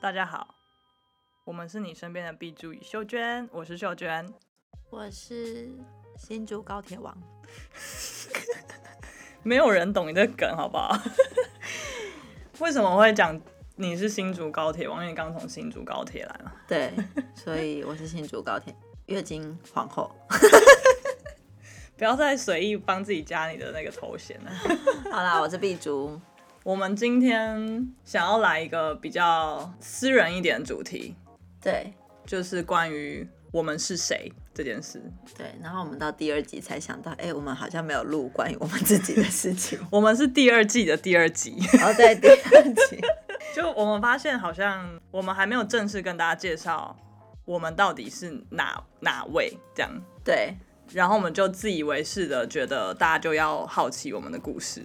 大家好，我们是你身边的碧珠与秀娟，我是秀娟。我是新竹高铁王，没有人懂你这梗，好不好？ 为什么会讲你是新竹高铁王？因为你刚从新竹高铁来嘛。 对，所以我是新竹高铁月经皇后。不要再随意帮自己加你的那个头衔了。好啦，我是碧竹，我们今天想要来一个比较私人一点的主题，对就是关于我们是谁这件事。对。然后我们到第二集才想到，哎、我们好像没有录关于我们自己的事 情。我们是第二季的第二集，然后哦在第二集，就我们发现好像我们还没有正式跟大家介绍我们到底是哪哪位这样。 对然后我们就自以为是的觉得大家就要好奇我们的故事，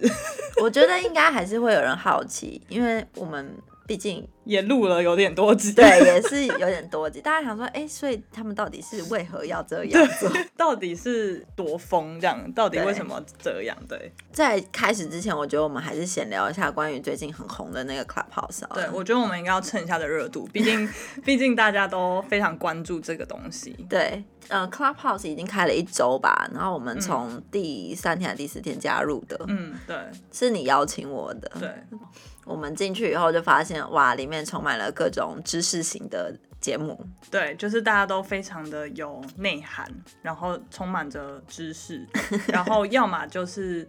我觉得应该还是会有人好奇，因为我们毕竟也录了有点多集， 对，也是有点多集，大家想说，哎、所以他们到底是为何要这样做？ 到底是多疯这样，到底为什么这样？对，在开始之前，我觉得我们还是闲聊一下关于最近很红的那个 Clubhouse 好了。对，我觉得我们应该要蹭一下的热度，毕竟毕竟大家都非常关注这个东西。对，呃，Clubhouse 已经开了一周吧，然后我们从第三天还是第四天加入的，嗯，对是你邀请我的。对，我们进去以后就发现，哇，里面充满了各种知识型的节目。对，就是大家都非常的有内涵，然后充满着知 识，然后要么就是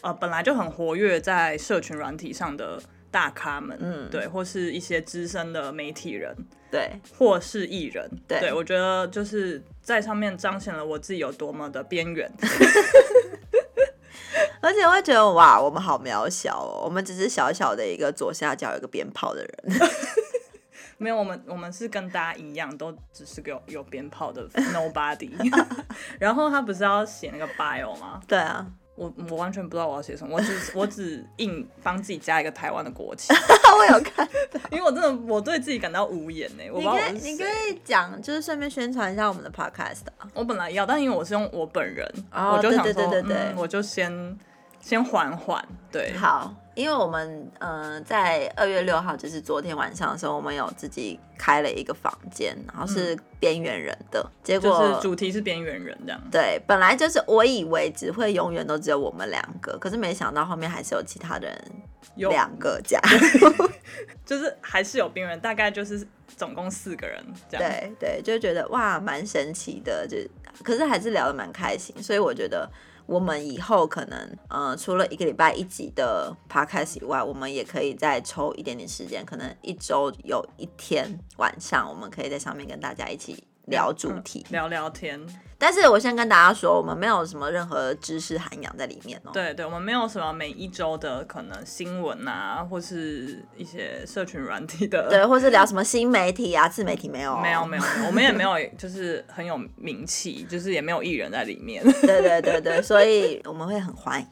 呃本来就很活跃在社群软体上的大咖们，嗯对，或是一些资深的媒体人，对或是艺人。对我觉得就是在上面彰显了我自己有多么的边缘。 而且会觉得哇，我们好渺小哦，我们只是小小的一个左下角有一个鞭炮的人。没有，我们我们是跟大家一样，都只是个有有鞭炮的 nobody。然后他不是要写那个 bio 吗？对啊，我我完全不知道我要写什么，我只我只硬帮自己加一个台湾的国旗， 我有看，因为我真的我对自己感到无言呢、我不你知道可我以是你可谁以讲，就是顺便宣传一下我们的 podcast 啊。我本来要，但因为我是用我本人，我哦就想说，对对对对对嗯我就先先缓缓，对，好，因为我们呃在二月六号，就是昨天晚上的时候，我们有自己开了一个房间，然后是边缘人的，结就果是主题是边缘人这样。对，本来就是我以为只会永远都只有我们两个，可是没想到后面还是有其他的人有两个加，就是还是有边缘人，大概就是总共四个人这样。对对，就觉得哇蛮神奇的，就可是还是聊得蛮开心，所以我觉得。我们以后可能，呃，除了一个礼拜一集的 podcast 以外，我们也可以再抽一点点时间，可能一周有一天晚上，我们可以在上面跟大家一起聊主题。聊聊天，但是我先跟大家说，我们没有什么任何知识涵养在里面哦。对对，我们没有什么每一周的可能新闻啊，或是一些社群软体的，对，或是聊什么新媒体啊、自媒体没有哦？没有没有，没有我们也没有就是很有名气，就是也没有艺人在里面。 对对对对，所以我们会很欢迎。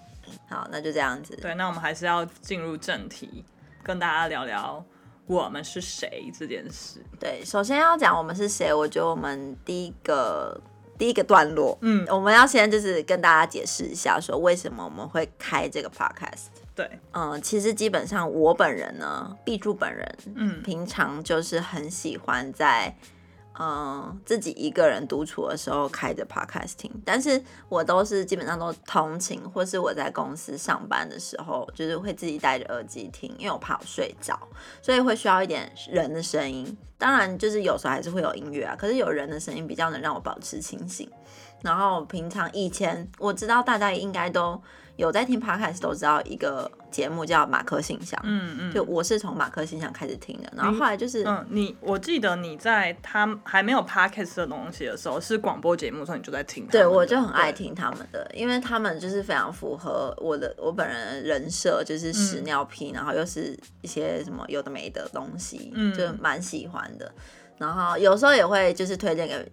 好，那就这样子。对，那我们还是要进入正题，跟大家聊聊我们是谁这件事。对，首先要讲我们是谁，我觉得我们第一个第一个段落，嗯，我们要先就是跟大家解释一下，说为什么我们会开这个 podcast。对，嗯，其实基本上我本人呢，碧柱本人，嗯平常就是很喜欢在嗯自己一个人独处的时候开着 podcast 听，但是我都是基本上都通勤或是我在公司上班的时候，就是会自己戴着耳机听，因为我怕我睡着，所以会需要一点人的声音。当然，就是有时候还是会有音乐啊，可是有人的声音比较能让我保持清醒。然后平常以前我知道大家应该都有在听 podcast，都知道一个节目叫马克信箱，嗯嗯，就我是从马克信箱开始听的，然后后来就是、嗯，你我记得你在他还没有 podcast 的东西的时候，是广播节目的时候你就在听他们对的。我就很爱对。听他们的，因为他们就是非常符合我的我本人的人设，就是屎尿屁，然后又是一些什么有的没的东西，嗯就蛮喜欢的。然后有时候也会就是推荐给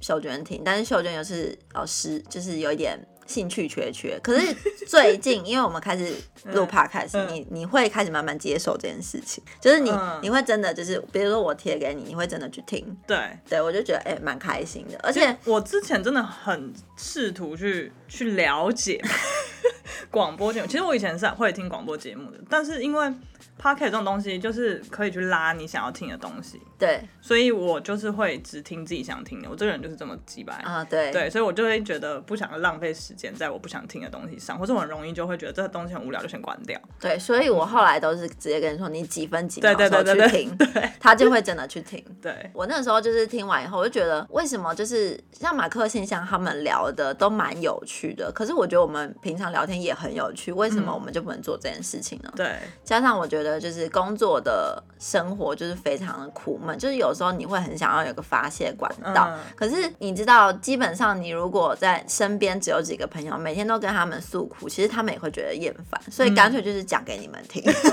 秀娟听，但是秀娟又是哦失，就是有一点兴趣缺缺。可是最近，因为我们开始录 podcast，、 嗯你你会开始慢慢接受这件事情，就是你、嗯你会真的就是，比如说我贴给你，你会真的去听，对，对我就觉得哎蛮、开心的，而而且。我之前真的很试图去去了解 广播节目。其实我以前是会听广播节目的，但是因为 podcast 这种东西就是可以去拉你想要听的东西，对所以我就是会只听自己想听的。我这个人就是这么鸡掰。啊，对对，所以我就会觉得不想浪费时间在我不想听的东西上，或者我很容易就会觉得这个东西很无聊，就先关掉。对所以我后来都是直接跟你说，你几分几秒对对的时候对去对听， 他就会真的去听。对，我那时候就是听完以后，我就觉得为什么就是像马克信箱他们聊的都蛮有趣的，可是我觉得我们平常聊天也很有趣，为什嗯么我们就不能做这件事情呢？对，加上我觉得就是工作的生活就是非常的苦闷，就是有时候你会很想要有个发泄管道。嗯可是你知道，基本上你如果在身边只有几个朋友，每天都跟他们诉苦，其实他们也会觉得厌烦，所以干脆就是讲给你们 听，嗯就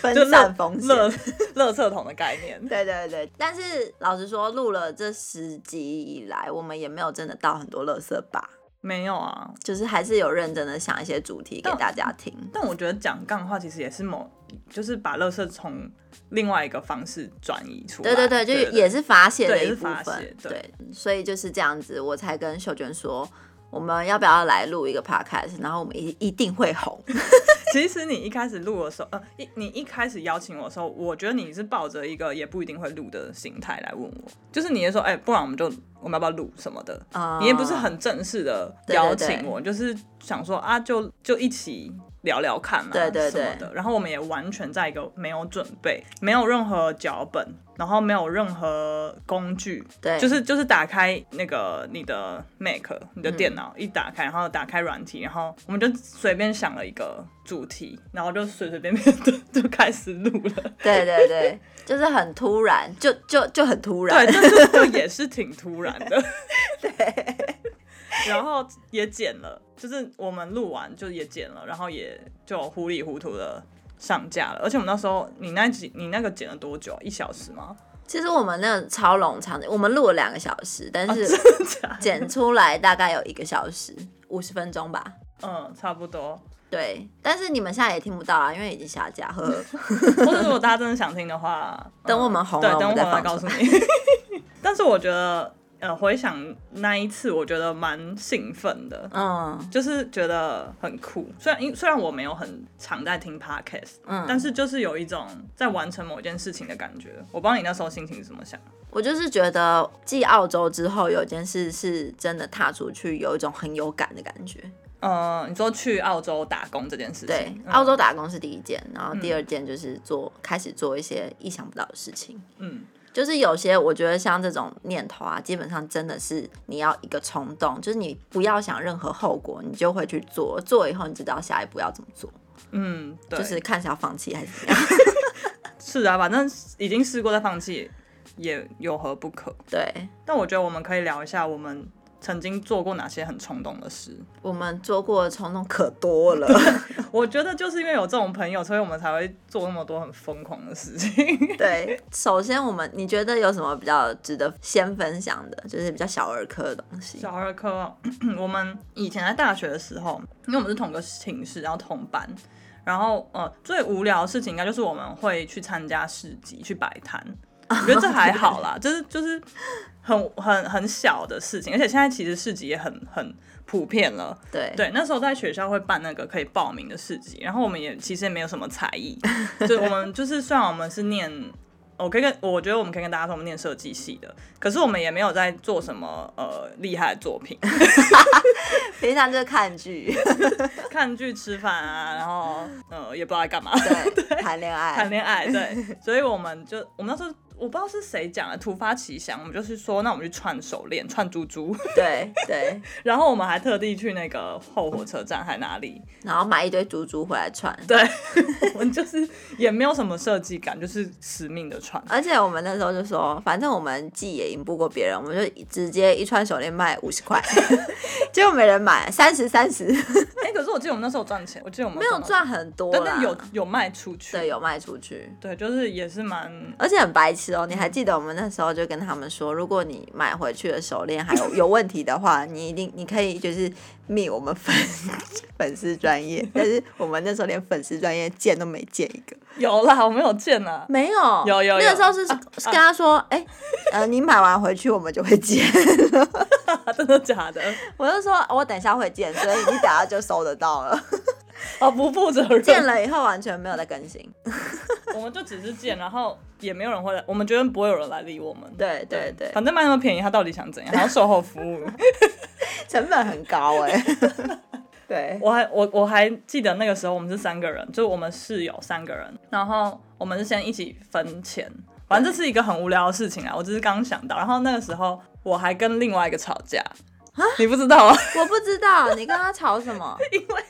分乐散风险。 乐乐色桶的概念。对对对，但是老实说，录了这十集以来，我们也没有真的到很多垃圾吧，没有啊，就是还是有认真的想一些主题给但大家听。但我觉得讲干话其实也是某，就是把乐色从另外一个方式转移出来。对对对，就是也是发泄的对一是部发分泄。对所以就是这样子，我才跟秀娟说，我们要不要来录一个 podcast，然后我们一一定会 红。其实你一开始录的时候，呃，一你一开始邀请我的时候，我觉得你是抱着一个也不一定会录的心态来问我，就是你也说，哎、不然我们就我们要不要录什么的，啊你也不是很正式的对对邀请我，就是想说啊，就就一起聊聊看啊，对对对什么的。然后我们也完全在一个没有准备、没有任何脚本，然后没有任何工具，对，就是就是打开那个你的 Mac、你的嗯电脑、一打开，然后打开软体，然后我们就随便想了一个主题，然后就随随便便 就就开始录了。对对对，就是很突然，就就就很突然对，。这这这也是挺突然的。 对。然后也剪了，就是我们录完就也剪了，然后也就糊里糊涂的上架了。而且我们那时候，你那几你那个剪了多久啊？一小时吗？其实我们那个超冗长的，我们录了两个小时，但哦是剪出来大概有一个小时五十分钟吧。嗯，差不多。对，但是你们现在也听不到啊啦，因为已经下架。呵 呵，或者如果大家真的想听的话， 等嗯我们红对了，等我我们再们来放告诉出来。你。 但是我觉得，呃，回想那一次，我觉得蛮兴奋的，嗯就是觉得很酷。虽然因虽然我没有很常在听 podcast，嗯，但是就是有一种在完成某一件事情的感觉。我不知道你那时候心情是怎么想？我就是觉得继澳洲之后，有一件事是真的踏出去，有一种很有感的感觉。呃，你说去澳洲打工这件事情，对，嗯澳洲打工是第一件，然后第二件就是做、开始做一些意想不到的事情。嗯，就是有些我觉得像这种念头啊，基本上真的是你要一个冲动，就是你不要想任何后果，你就会去做，做以后你知道下一步要怎么做，嗯，对，就是看是要放弃还是怎么样。 是啊，反正已经试过再放弃，也有何不可？对，但我觉得我们可以聊一下我们曾经做过哪些很冲动的事。我们做过的冲动可多了，我觉得就是因为有这种朋友，所以我们才会做那么多很疯狂的事情。对，首先我们你觉得有什么比较值得先分享的，就是比较小儿科的东西？小儿科哦，我们以前在大学的时候，因为我们是同个寝室，然后同班，然后呃，最无聊的事情应该就是我们会去参加市集去摆摊。我觉得这还好啦，就是就是很很很小的事情，而且现在其实市集也很很普遍了。对对，那时候在学校会办那个可以报名的市集，然后我们也其实也没有什么才艺，就我们就是虽然我们是念，我可以跟我觉得我们可以跟大家说我们念设计系的，可是我们也没有在做什么呃厉害的作品，平常就是看 剧，看剧、吃饭啊，然后呃也不知道在干嘛，对，谈恋谈爱，恋爱，对，所以我们就我们那时候。我不知道是谁讲的，突发奇想，我们就是说，那我们去串手链、串珠珠， 对对，然后我们还特地去那个后火车站还哪里，然后买一堆珠珠回来穿。对，我们就是也没有什么设计感，就是死命的穿。而且我们那时候就说，反正我们既也赢不过别人，我们就直接一串手链卖五十 块，结果没人买，三十三十，哎、可是我记得我们那时候有赚钱，我记得我们没有到，赚很多但啦，但有有卖出去。对有卖出去。对就是也是蛮而且很白痴哦，你还记得我们那时候就跟他们说，如果你买回去的手链还有有 问题的话，你一定你可以就是密我们粉粉丝专业，但是我们那时候连粉丝专业见都没见一个，有啦，我们有见啊啦。没有啊有有有那个时候是、是跟他说，哎、呃，你买完回去我们就会见， 真的假的？ 我就说我等一下会见，所以你等下就收得到了。哦，不负责任。 见了以后完全没有再更新。我们就只是见，然后也没有人会来，我们觉得不会有人来理我们。 对对对，反正卖那么便宜，他到底想怎样？还要售后服务？成本很高哎、 对，我还我我还记得那个时候我们是三个人，就是我们室友三个人，然后我们是先一起分钱，反正这是一个很无聊的事情啊，我只是刚想到。然后那个时候我还跟另外一个吵架，你不知道啊？我不知道你跟他吵什么。 因为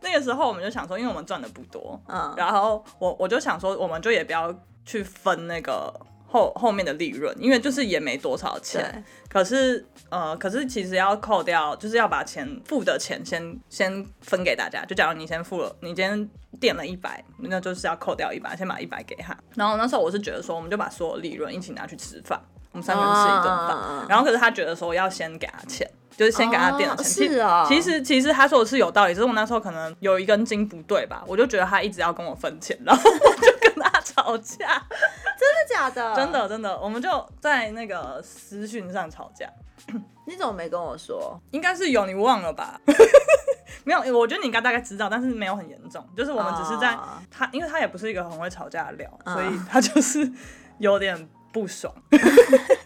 那个时候我们就想说，因为我们赚的不多，嗯，然后我我就想说，我们就也不要去分那个后后面的利润，因为就是也没多少钱。 对，可是呃，可是其实要扣掉，就是要把钱付的钱先先分给大家。就假如你先付了，你今天垫了一百，那就是要扣掉一百，先把一百给他。然后那时候我是觉得说，我们就把所有利润一起拿去吃饭，我们三个人吃一顿饭。嗯嗯嗯然后可是他觉得说要先给他钱。就是先给他垫了钱，哦其是哦其实其实他说的是有道理，只是我那时候可能有一根筋不对吧，我就觉得他一直要跟我分钱，然后我就跟他吵架。真的假的？真？的真的，我们就在那个私讯上吵架，你怎么没跟我说？应该是有你忘了吧？ 没有，我觉得你应该大概知道，但是没有很严重。就是我们只是在、哦他，因为他也不是一个很会吵架的料，嗯所以他就是有点不爽，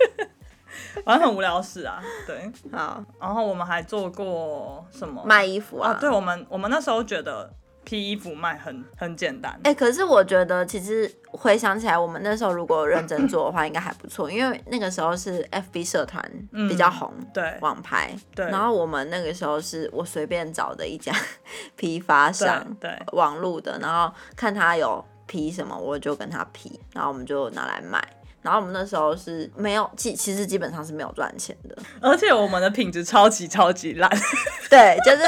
反正很无聊的事啊。对，好，然后我们还做过什么？卖衣服啊？啊？对，我们我们那时候觉得批衣服卖很很简单，哎、可是我觉得其实回想起来，我们那时候如果认真做的话，应该还不 错，因为那个时候是 FB 社团比较红。对网拍，嗯对然后我们那个时候是我随便找的一家 批发对商，对，网路的，然后看他有批什么，我就跟他批，然后我们就拿来卖。然后我们那时候是没有，其其实基本上是没有赚钱 的，而且我们的品质超级超级烂。对，就是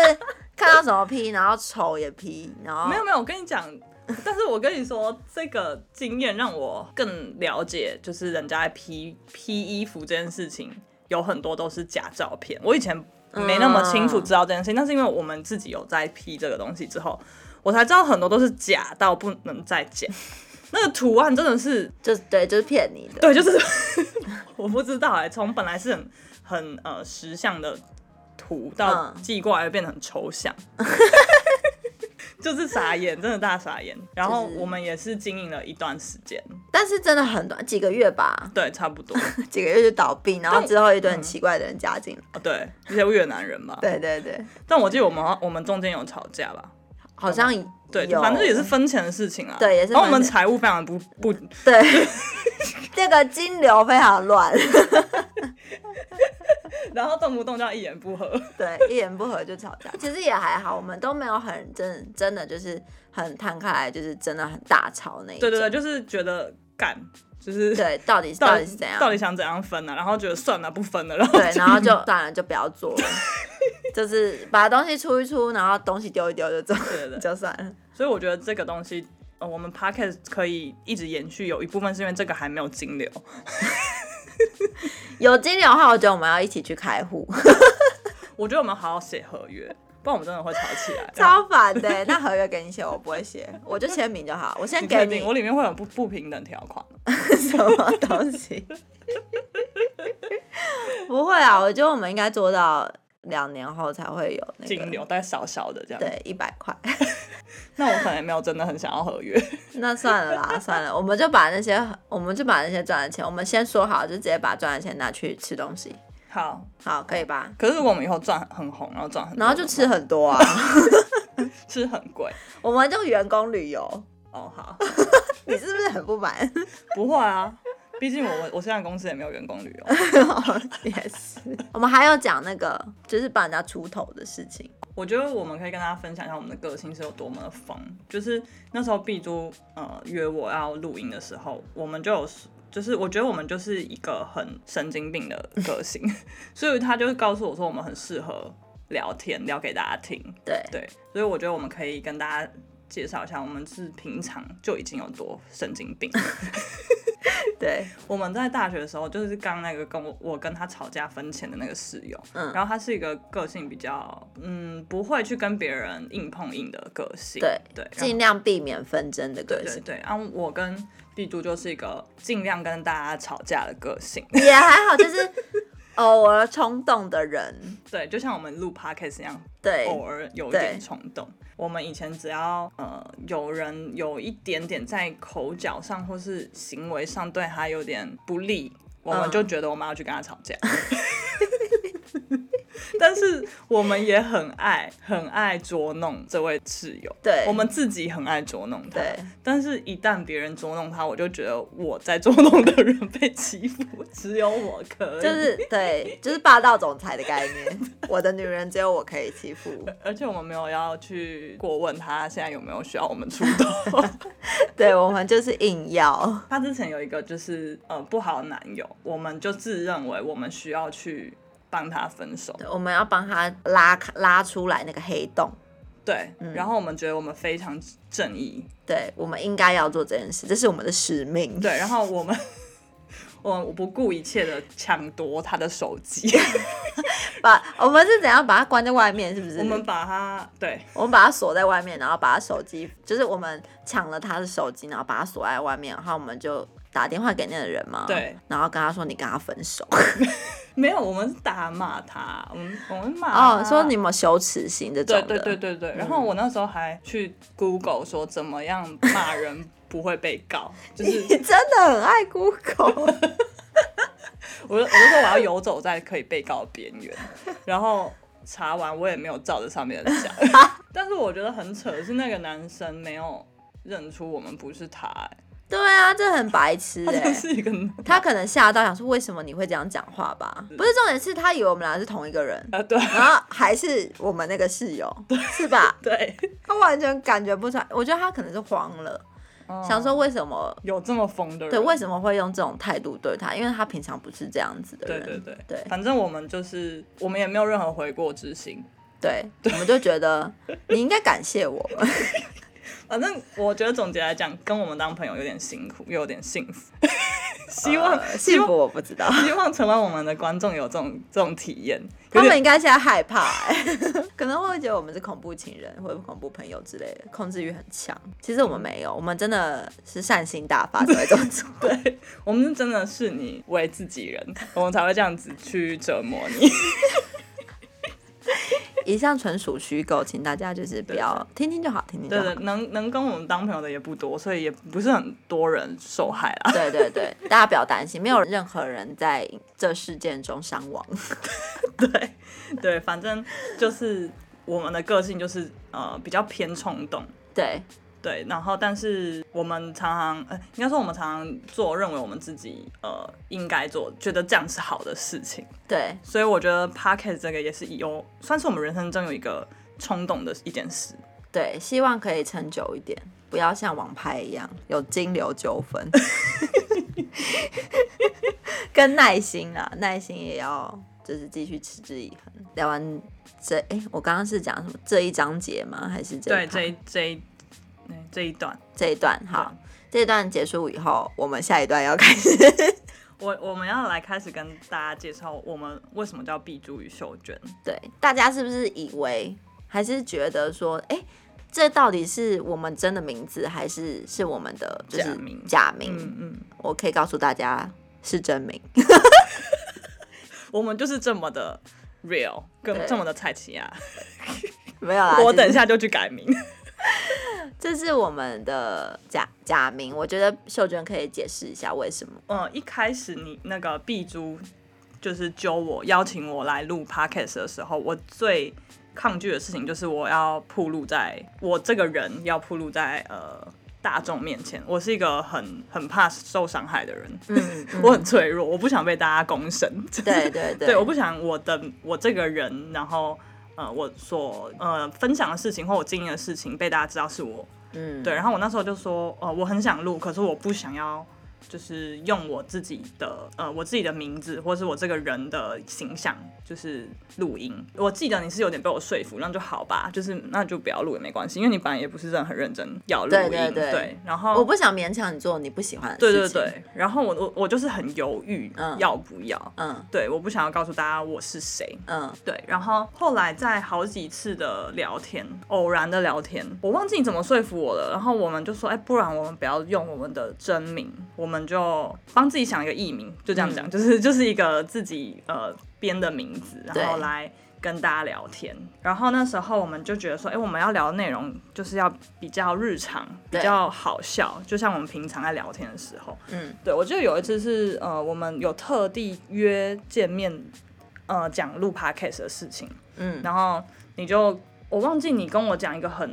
看到什么批，然后丑也批，然后没有没有，我跟你讲， 但是我跟你说，这个经验让我更了解，就是人家在批批衣服这件事情，有很多都是假照片。我以前没那么清楚知道这件事情，但是因为我们自己有在批这个东西之后，我才知道很多都是假到不能再假。那个图案真的是，就对，就是骗你的，对，就是我不知道哎、从本来是很很呃实像的图，到嗯寄过来变得很抽象， 就是傻眼，真的大傻眼。然后就是我们也是经营了一段时间，但是真的很短，几个月吧， 对，差不多，几个月就倒闭，然后但之后一堆很奇怪的人加进来，哦对，一些越南人嘛。对对对，但我记得我们我们中间有吵架吧。好像对，有反正也是分钱的事情啊。对也是然后我们分钱财务非常不不， 对，这个金流非 常乱，然后动不动就要一言不 合。对，一言不合就吵架，其实也还好，我们都没有很真真的就是很摊开来，就是真的很大吵那一种。对对对，就是觉得干，就是对到底到底是怎样？到底想怎样分啊呢、然后觉得算了，不分了，然后对，然后就算了，就不要做 了，就是把东西出一出，然后东西丢一丢就走，对对对就算了。所以我觉得这个东西，呃，我们 podcast 可以一直延续，有一部分是因为这个还没有金流。有金流的话，我觉得我们要一起去开户，我觉得我们好好写合约，不然我们真的会吵起来。超烦的、欸 那合约给你写，我不会写，我就签名就好。我 先你给确你定？我里面会有不不平等条款。什么东西？ 不会啊，我觉得我们应该做到两年后才会有那个金流大概少少的这样，对，一百块。 那我可能也没有真的很想要合约，那算了啦， 算了，我们就把那些，我们就把那些赚的钱，我们先说好，就直接把赚的钱拿去吃东西，好。好，可以吧？可是如果我们以后赚很红，然后赚很多，然后就吃很多啊， 吃很贵我们就员工旅游，哦，好，你是不是很不 满？不会啊，毕竟我我我现在公司也没有员工旅游，哦也是， 我们还要讲那个就是帮人家出头的事情，我觉得我们可以跟大家分享一下我们的个性是有多么的疯。就是那时候碧珠呃约我要录音的时候，我们就有就是我觉得我们就是一个很神经病的个性， 所以他就告诉我说我们很适合聊天，聊给大家听。对，对，所以我觉得我们可以跟大家介绍一下，我们是平常就已经有多神经病。对，我们在大学的时候，就是刚那个跟我我跟他吵架分钱的那个室友，嗯然后他是一个个性比较，嗯，不会去跟别人硬碰硬的个性，对对，然后尽量避免纷争的个对对性，对，然后我跟碧珠就是一个尽量跟大家吵架的个性， 也还好，就是。偶尔冲动的人，对，就像我们录 podcast 一样，对，偶尔有一点对冲动。我们以前只要呃有人有一点点在口角上或是行为上对他有点不利，我们嗯就觉得我们要去跟他吵 架。但是我们也很爱很爱捉弄这位室友，对我们自己很爱捉弄他。对，但是，一旦别人捉弄他，我就觉得我在捉弄的人被欺负，只有我可以。就是对，就是霸道总裁的概念。我的女人只有我可以欺负，而且我们没有要去过问他现在有没有需要我们出头。对我们就是硬 要，他之前有一个就是呃不好的男友，我们就自认为我们需要去帮他分手，我们要帮他拉开拉出来那个黑洞。对，嗯然后我们觉得我们非常正 义，对，我们应该要做这件事，这是我们的使命。对，然后我们 我我不顾一切的抢夺他的手机， 把我们是怎样把它关在外面，是不是？我们把他对我们把它锁在外面，然后把他手机，就是我们抢了他的手机，然后把他锁在外面，然后我们就打电话给那个人嘛，对，然后跟他说你跟他分手，没有，我们是打骂他，我们我们骂他哦，说你有没有羞耻心这种对的，啊嗯对对对对，然后我那时候还去 Google 说怎么样骂人不会被告， 就是你真的很爱 Google， 我就我就说我要游走在可以被告的边缘，然后查完我也没有照着上面的 讲，但是我觉得很扯的是那个男生没有认出我们不是他、欸，对啊，这很白痴他哎、就是一个他可能吓到，想说为什么你会这样讲话吧？嗯不是重点是他以为我们俩是同一个人，啊对然后还是我们那个室友，是吧？对，他完全感觉不出来，我觉得他可能是慌了，哦想说为什么有这么疯的人，对，为什么会用这种态度对他？因为他平常不是这样子的对人。对对对反正我们就是我们也没有任何悔过之心，对我们就 觉得你应该感谢我。反正我觉得总结来讲，跟我们当朋友有点辛苦，又有点幸福， 希望、 呃希幸望福我不知道，希望成为我们的观众有这种这种体验， 有他们点应该现在害怕、欸， 可能会觉得我们是恐怖情人或者恐怖朋友之类的，控制欲很强。其实我们没有，我们真的是善心大发才会这么做。 对，我们是真的视你为自己人， 我们才会这样子去折磨你。以上纯属虚构，请大家就是不要听听就好，听听 就对好。对，能能跟我们当朋友的也不多，所以也不是很多人受害啦。对对对，大家不要担心，没有任何人在这事件中伤亡。对 对，反正就是我们的个性就是呃比较偏冲动。对，对，然后但是我们常常，呃，应该说我们常常做认为我们自己呃应该做，觉得这样是好的事情，对，所以我觉得 podcast 这个也是有算是我们人生中有一个冲动的一件事。对，希望可以撑久一点，不要像王牌一样有金流纠纷， 跟耐心啊，耐心也要就是继续持之以恒。聊完这，哎、我刚刚是讲什么？这一章节吗？还是这对，一这这一这一嗯这一段，这一段？好，这一段结束以后，我们下一段要开始。 我我们要来开始跟大家介绍我们为什么叫碧珠与秀娟。对，大家是不是以为还是觉得说，哎、这到底是我们真的名字，还是是我们的就是假名假名？嗯嗯，我可以告诉大家是真名。我们就是这么的 real，跟对啊这么的蔡奇亚。没有啦，我等一下，下就去改名。这是我们的假假名。我觉得秀娟可以解释一下为什么。嗯，一开始你那个碧珠就是揪我邀请我来录 podcast 的时候，我最抗拒的事情就是我要铺露在我这个人要铺露在呃大众面前，我是一个很很怕受伤害的人，嗯， 我很脆弱，我不想被大家公审。就是对 对对对，我不想我的我这个人，然后呃我所呃分享的事情或我经历的事情被大家知道是我嗯，对，然后我那时候就说，呃，我很想录，可是我不想要，就是用我自己的，呃，我自己的名字或是我这个人的呃形象，就是录音。我记得你是有点被我说服，那就好吧，就是那就不要录也没关系，因为你本来也不是真的很认真要录对音，对对然后我不想勉强你做你不喜欢的对事对情。对，然后我我我就是很犹豫、嗯要不要，嗯对，我不想要告诉大家我是谁，嗯，对，然后后来在好几次的聊天，偶然的聊天，我忘记你怎么说服我了。然后我们就说，哎，不然我们不要用我们的真名，我们就帮自己想一个艺名，就这样讲，就是就是一个自己呃编的名字，然后对来跟大家聊天。然后那时候我们就觉得说，哎、我们要聊的内容就是要比较日常，比对较好笑，就像我们平常在聊天的时候。嗯，对，我记得有一次是呃，我们有特地约见面，呃，讲录 podcast 的事情。嗯，然后你就我忘记你跟我讲一个很，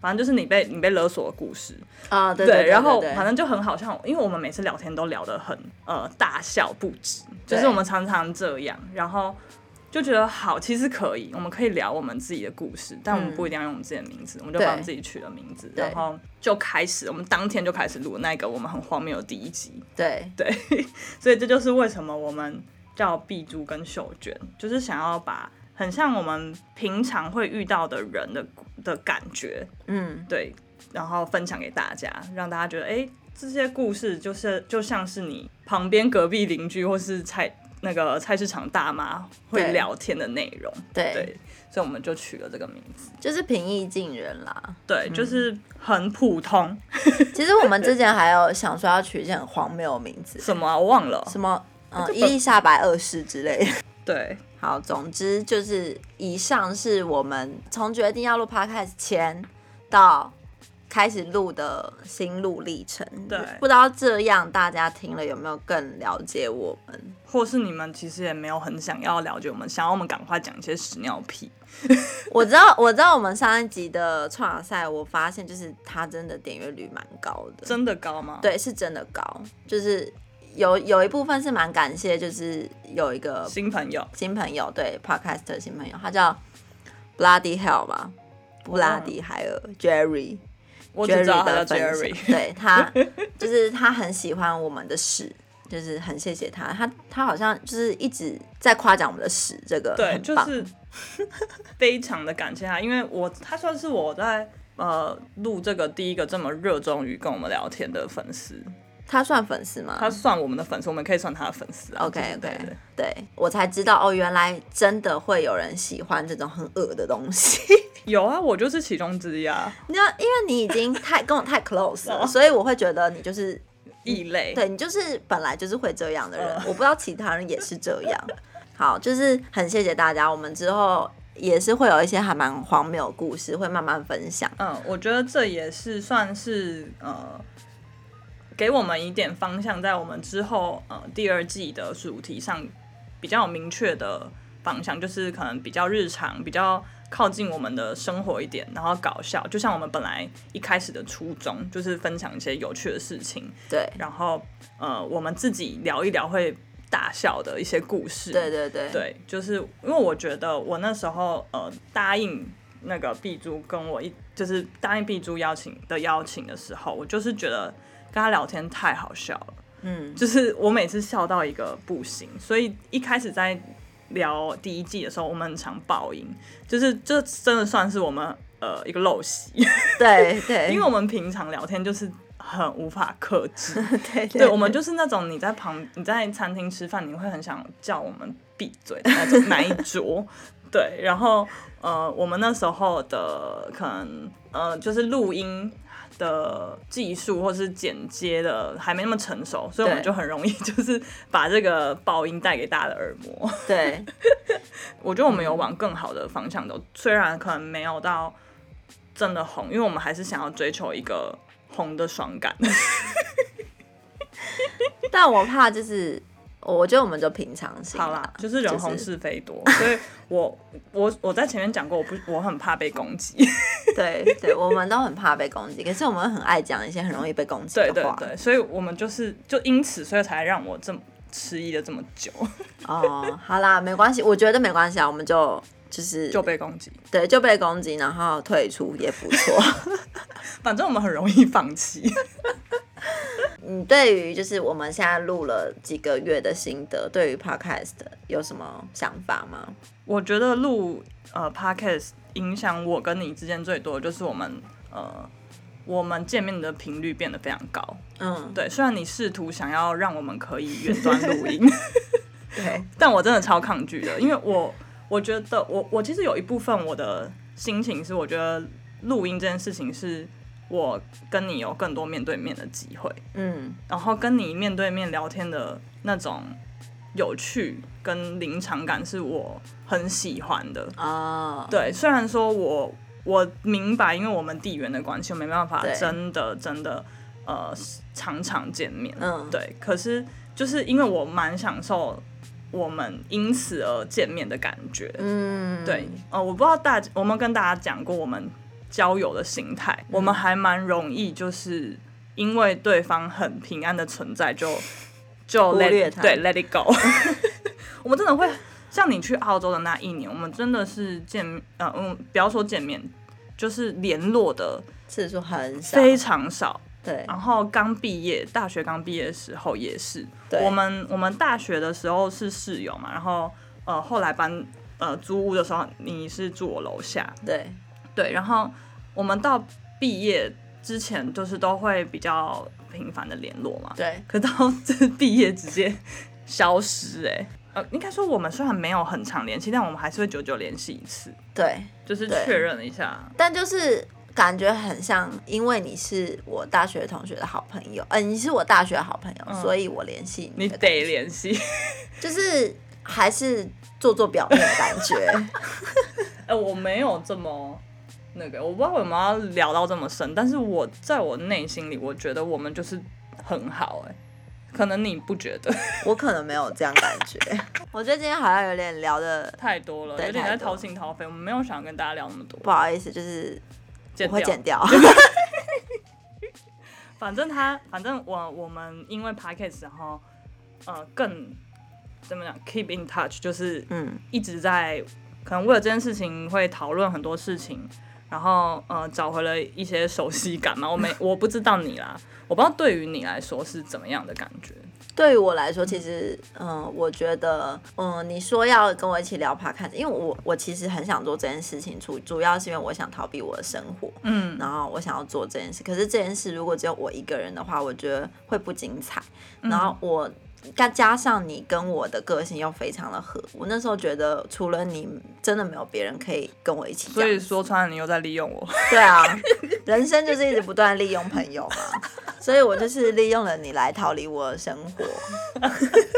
反正就是你被你被勒索的故事，啊、对对对对然后对对反正就很好笑，因为我们每次聊天都聊得很呃大笑不止，就对是我们常常这样，然后就觉得好，其实可以，我们可以聊我们自己的故事，但我们嗯不一定要用我们自己的名字，我们就对帮自己取了名字，对然后就开始，我们当天就开始录那个我们很荒谬的第一集，对对，所以这就是为什么我们叫碧珠跟秀娟，就是想要把很像我们平常会遇到的人的的感觉，嗯对，然后分享给大家，让大家觉得，哎、这些故事就是就像是你旁边隔壁邻居或是菜那个菜市场大妈会对聊天的内容，对对，所以我们就取了这个名字，就是平易近人啦。对，就是很普通，其实我们之前还有想说要取一些很荒谬的名 字，什么、啊、我忘了，什么嗯这本伊丽莎白二世之类的。对，好，总之就是以上是我们从决定要录 podcast 前到开始录的心路历程。对不知道这样大家听了有没有更了解我们？或是你们其实也没有很想要了解我们，想要我们赶快讲一些屎尿屁。我知道，我知道我们上一集的创想赛，我发现就是它真的点阅率蛮高的，真的高吗？，对，是真的高，就是有有一部分是蛮感谢，就是有一个新朋友新朋友，对 podcast 的新朋友，他叫 Bloody Hell 吧，布拉迪海尔 Jerry。我只知 Jerry 道他的叫分享 Jerry，对他 就是他很喜欢我们的屎，就是很谢谢他，他他好像就是一直在夸奖我们的屎，这个对，很就棒是非常的感谢他，因为我他算是我在呃录这个第一个这么热衷于跟我们聊天的粉丝，他算粉丝吗？他算我们的粉丝，我们可以算他的粉丝啊。 OK 就是对 OK，对对我才知道哦，原来真的会有人喜欢这种很恶的东西。 有啊，我就是其中之一啊，那因为你已经太跟我太 close 了， 哦所以我会觉得你就是异类。对你就是本来就是会这样的人，嗯我不知道其他人也是这样。好，就是很谢谢大家，我们之后也是会有一些还蛮荒谬的故事，会慢慢分享。嗯，我觉得这也是算是呃，给我们一点方向，在我们之后呃第二季的主题上比较有明确的方向，就是可能比较日常，比较靠近我们的生活一点，然后搞笑，就像我们本来一开始的初衷，就是分享一些有趣的事情，对，然后呃我们自己聊一聊会大笑的一些故事，对对对，对，就是因为我觉得我那时候呃答应那个碧珠跟我一就是答应碧珠邀请的邀请的时候，我就是觉得跟他聊天太好笑了，嗯，就是我每次笑到一个不行，所以一开始在聊第一季的时候，我们很常爆音，就是这真的算是我们呃一个陋习，对对，因为我们平常聊天就是很无法克制，对对，我们就是那种你在旁你在餐厅吃饭，你会很想叫我们闭嘴的那种那一桌。对，然后呃，我们那时候的可能呃，就是录音的技术或是剪接的还没那么成熟，所以我们对就很容易就是把这个爆音带给大家的耳膜。对我觉得我们有往更好的方向走，虽然可能没有到真的红，因为我们还是想要追求一个红的爽感。但我怕就是，我觉得我们就平常 心好啦，就是人红就是是非多， 所以我我我在前面讲过，我不我很怕被攻击，对对，我们都很怕被攻击，可是我们很爱讲一些很容易被攻击对的对话。对，所以我们就是就因此，所以才让我这么迟疑了这么久哦，好啦，没关系，我觉得没关系啊，我们就就是 就被攻击。对就被攻击，然后退出也不错。反正我们很容易放弃， 你嗯对于就是我们现在录了几个月的心得，对于 podcast 有什么想法吗？我觉得录呃 podcast 影响我跟你之间最多的就是我们呃我们见面的频率变得非常高。嗯，对，虽然你试图想要让我们可以远端录音，对，但我真的超抗拒的，因为我我觉得我我其实有一部分我的心情是，我觉得录音这件事情是我跟你有更多面对面的机会，嗯，然后跟你面对面聊天的那种有趣跟临场感是我很喜欢的。哦，对，虽然说我我明白，因为我们地缘的关系，我没办法对真的真的呃常常见面。嗯对。可是就是因为我蛮享受我们因此而见面的感觉。嗯，对，呃，我不知道大家，我们跟大家讲过我们交友的心态，我们还蛮容易就是因为对方很平安的存在 就就忽 let, 略他对 let it go，我们真的会像你去澳洲的那一年，我们真的是见呃嗯，不要说见面，就是联络的次数很少，非常少。对，然后刚毕业，大学刚毕业的时候也是，对我们我们大学的时候是室友嘛，然后呃后来搬呃租屋的时候，你是住我楼下，对，对，然后我们到毕业之前就是都会比较频繁的联络嘛，对，可到这毕业直接消失哎、呃，应该说我们虽然没有很常联系，但我们还是会久久联系一次，对，就是对确认一下，但就是感觉很像，因为你是我大学同学的好朋友，嗯、你是我大学的好朋友，所以我联系嗯你你的感得联系。就是还是做做表面的感觉， 哎、我没有这么那个，我不知道为什么要聊到这么深，但是我在我内心里，我觉得我们就是很好、哎，可能你不觉得 我可能没有这样感觉。 我觉得今天好像有点聊的太多了，对有点在太多掏心掏肺，我们没有想跟大家聊那么多，不好意思，就是我剪会掉。剪 掉。反正他，反正我我们因为 podcast 然后呃更怎么讲 keep in touch，就是嗯，一直在可能为了这件事情会讨论很多事情，然后呃找回了一些熟悉感嘛。我没我不知道你啦，我不知道对于你来说是怎么样的感觉。 对于我来说，其实嗯，我觉得嗯，你说要跟我一起聊 podcast，因为我我其实很想做这件事情，主主要是因为我想逃避我的生活。嗯然后我想要做这件事，可是这件事如果只有我一个人的话，我觉得会不精彩。然后嗯我再加上你跟我的个性又非常的合，我那时候觉得除了你，真的没有别人可以跟我一起。所以，说穿了你又在利用我，对啊，人生就是一直不断利用朋友嘛，所以我就是利用了你来逃离我的生活。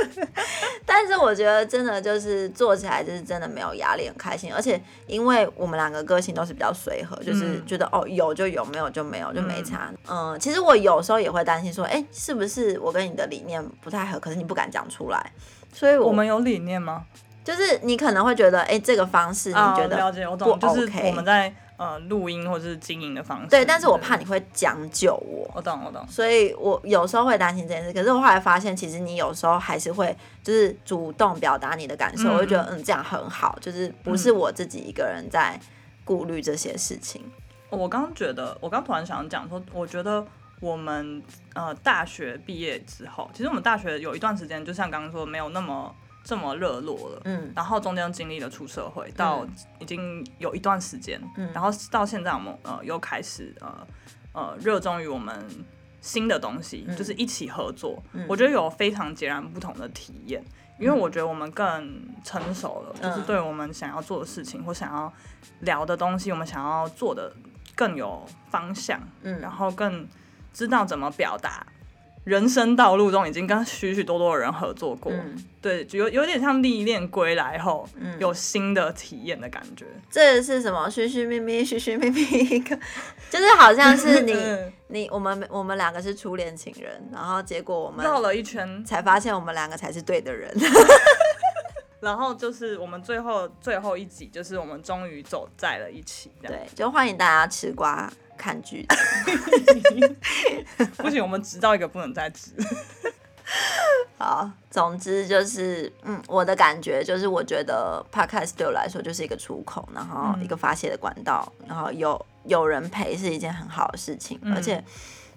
但是我觉得真的就是做起来就是真的没有压力，很开心。而且因为我们两个个性都是比较随和，就是嗯觉得、哦有就有，没有就没有，就没差。嗯、其实我有时候也会担心说，哎，是不是我跟你的理念不太合？可是你不敢讲出来，所以我我们有理念吗？就是你可能会觉得，哎，这个方式你啊，觉得、了解，我不懂，就哦 OK 是我们在呃录音或者是经营的方式。对，但是我怕你会将就我。我懂，我懂。所以我有时候会担心这件事，可是我后来发现，其实你有时候还是会就是主动表达你的感受，嗯我就觉得嗯这样很好，就是不是我自己一个人在顾虑这些事情。我刚觉得，我刚突然想讲说，我觉得我们呃大学毕业之后，其实我们大学有一段时间，就像刚刚说，没有那么这么热络了。嗯然后中间经历了出社会，到已经有一段时间，嗯然后到现在我们呃又开始呃呃热衷于我们新的东西，嗯就是一起合作。我觉得有非常截然不同的体验，因为我觉得我们更成熟了，嗯就是对我们想要做的事情或想要聊的东西，我们想要做的更有方向，嗯然后更知道怎么表达。人生道路中已经跟许许多多的人合作过，嗯，对，就有有点像历练归来后，有新的体验的感觉。这是什么？寻寻觅觅，寻寻觅觅一个，就是好像是你 嗯你我们我们两个是初恋情人，然后结果我们绕了一圈，才发现我们两个才是对的 人。然后就是我们最后最后一集，就是我们终于走在了一起。这样对，就欢迎大家吃瓜看剧。不行，我们直到一个不能再 直。好，总之就是，嗯，我的感觉就是，我觉得 podcast 对我来说就是一个出口，然后一个发泄的管道，然后有有人陪是一件很好的事情，而且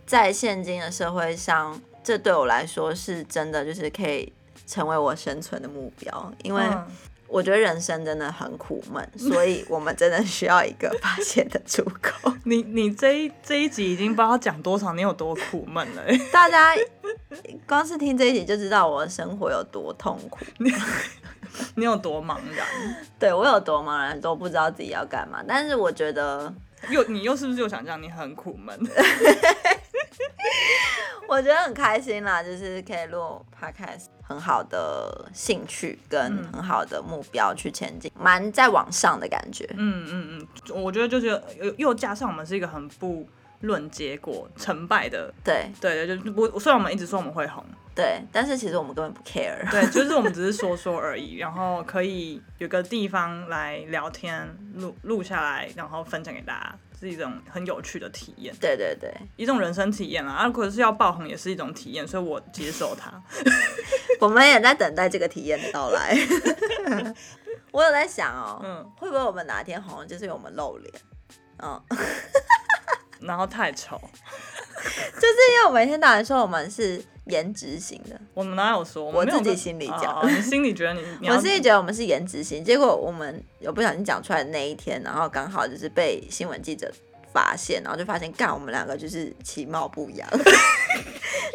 在现今的社会上，这对我来说是真的就是可以成为我生存的目标，因为嗯我觉得人生真的很苦闷，所以我们真的需要一个发泄的出口。 你你这一这一集已经不知道讲多少，你有多苦闷了、 欸大家光是听这一集就知道我的生活有多痛苦。你有多茫然？对我有多茫然都不知道自己要干嘛，但是我觉得又你又是不是又想这样？你很苦 闷。我觉得很开心啦，就是可以录 podcast，很好的兴趣跟嗯很好的目标去前进，蛮在往上的感觉。嗯嗯嗯，我觉得就是又又加上我们是一个很不论结果成败的，对对对，就是不虽然我们一直说我们会红，对，但是其实我们根本不 care。对，就是我们只是说说而已，然后可以有个地方来聊天，录录下来，然后分享给大家，是一种很有趣的体验， 对对对，一种人生体验啦。啊，可是要爆红也是一种体验，所以我接受它。我们也在等待这个体验的到 来。我有在想哦，嗯会不会我们哪天红，就是因为我们露脸？ 嗯，然后太丑，就是因为我每天到晚说我们是颜值型的，我们哪有说？我们没有自己跟心里哦讲哦你心里觉 得你，你要我自己觉得我们是颜值型，结果我们有不小心讲出来的那一天，然后刚好就是被新闻记者发现，然后就发现干我们两个就是其貌不 扬，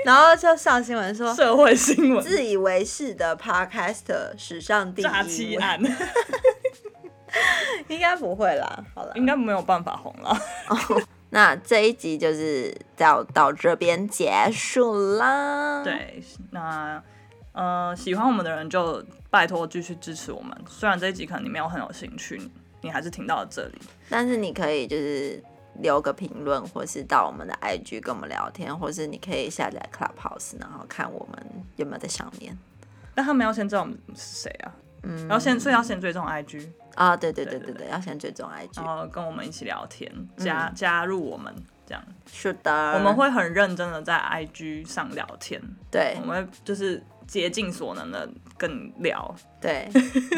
然后就上新闻说社会新闻自以为是的 podcast 史上第诈一欺位，案， 应该不会啦，好啦，应该没有办法红 了。那这一集就是到到这边结束啦，，对，那呃，喜欢我们的人就拜托继续支持我们。虽然这一集可能你没有很有兴趣，你你还是听到了这里。但是你可以就是。留个评论，或是到我们的 IG 跟我们聊天，或是你可以下载 Clubhouse，然后看我们有没有在上面。但他们要先知道我们是谁啊，嗯，然后先所以要先追踪 IG，啊、对对对对对对哦对，要先追踪 IG 然。后跟我们一起聊天，嗯加、加入我们这样，是的，我们会很认真的在 IG 上聊天，对我们会就是竭尽所能的跟你聊。 对，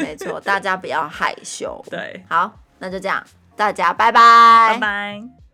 没错，大家不要害羞。对，好，那就这样，大家拜拜，拜拜。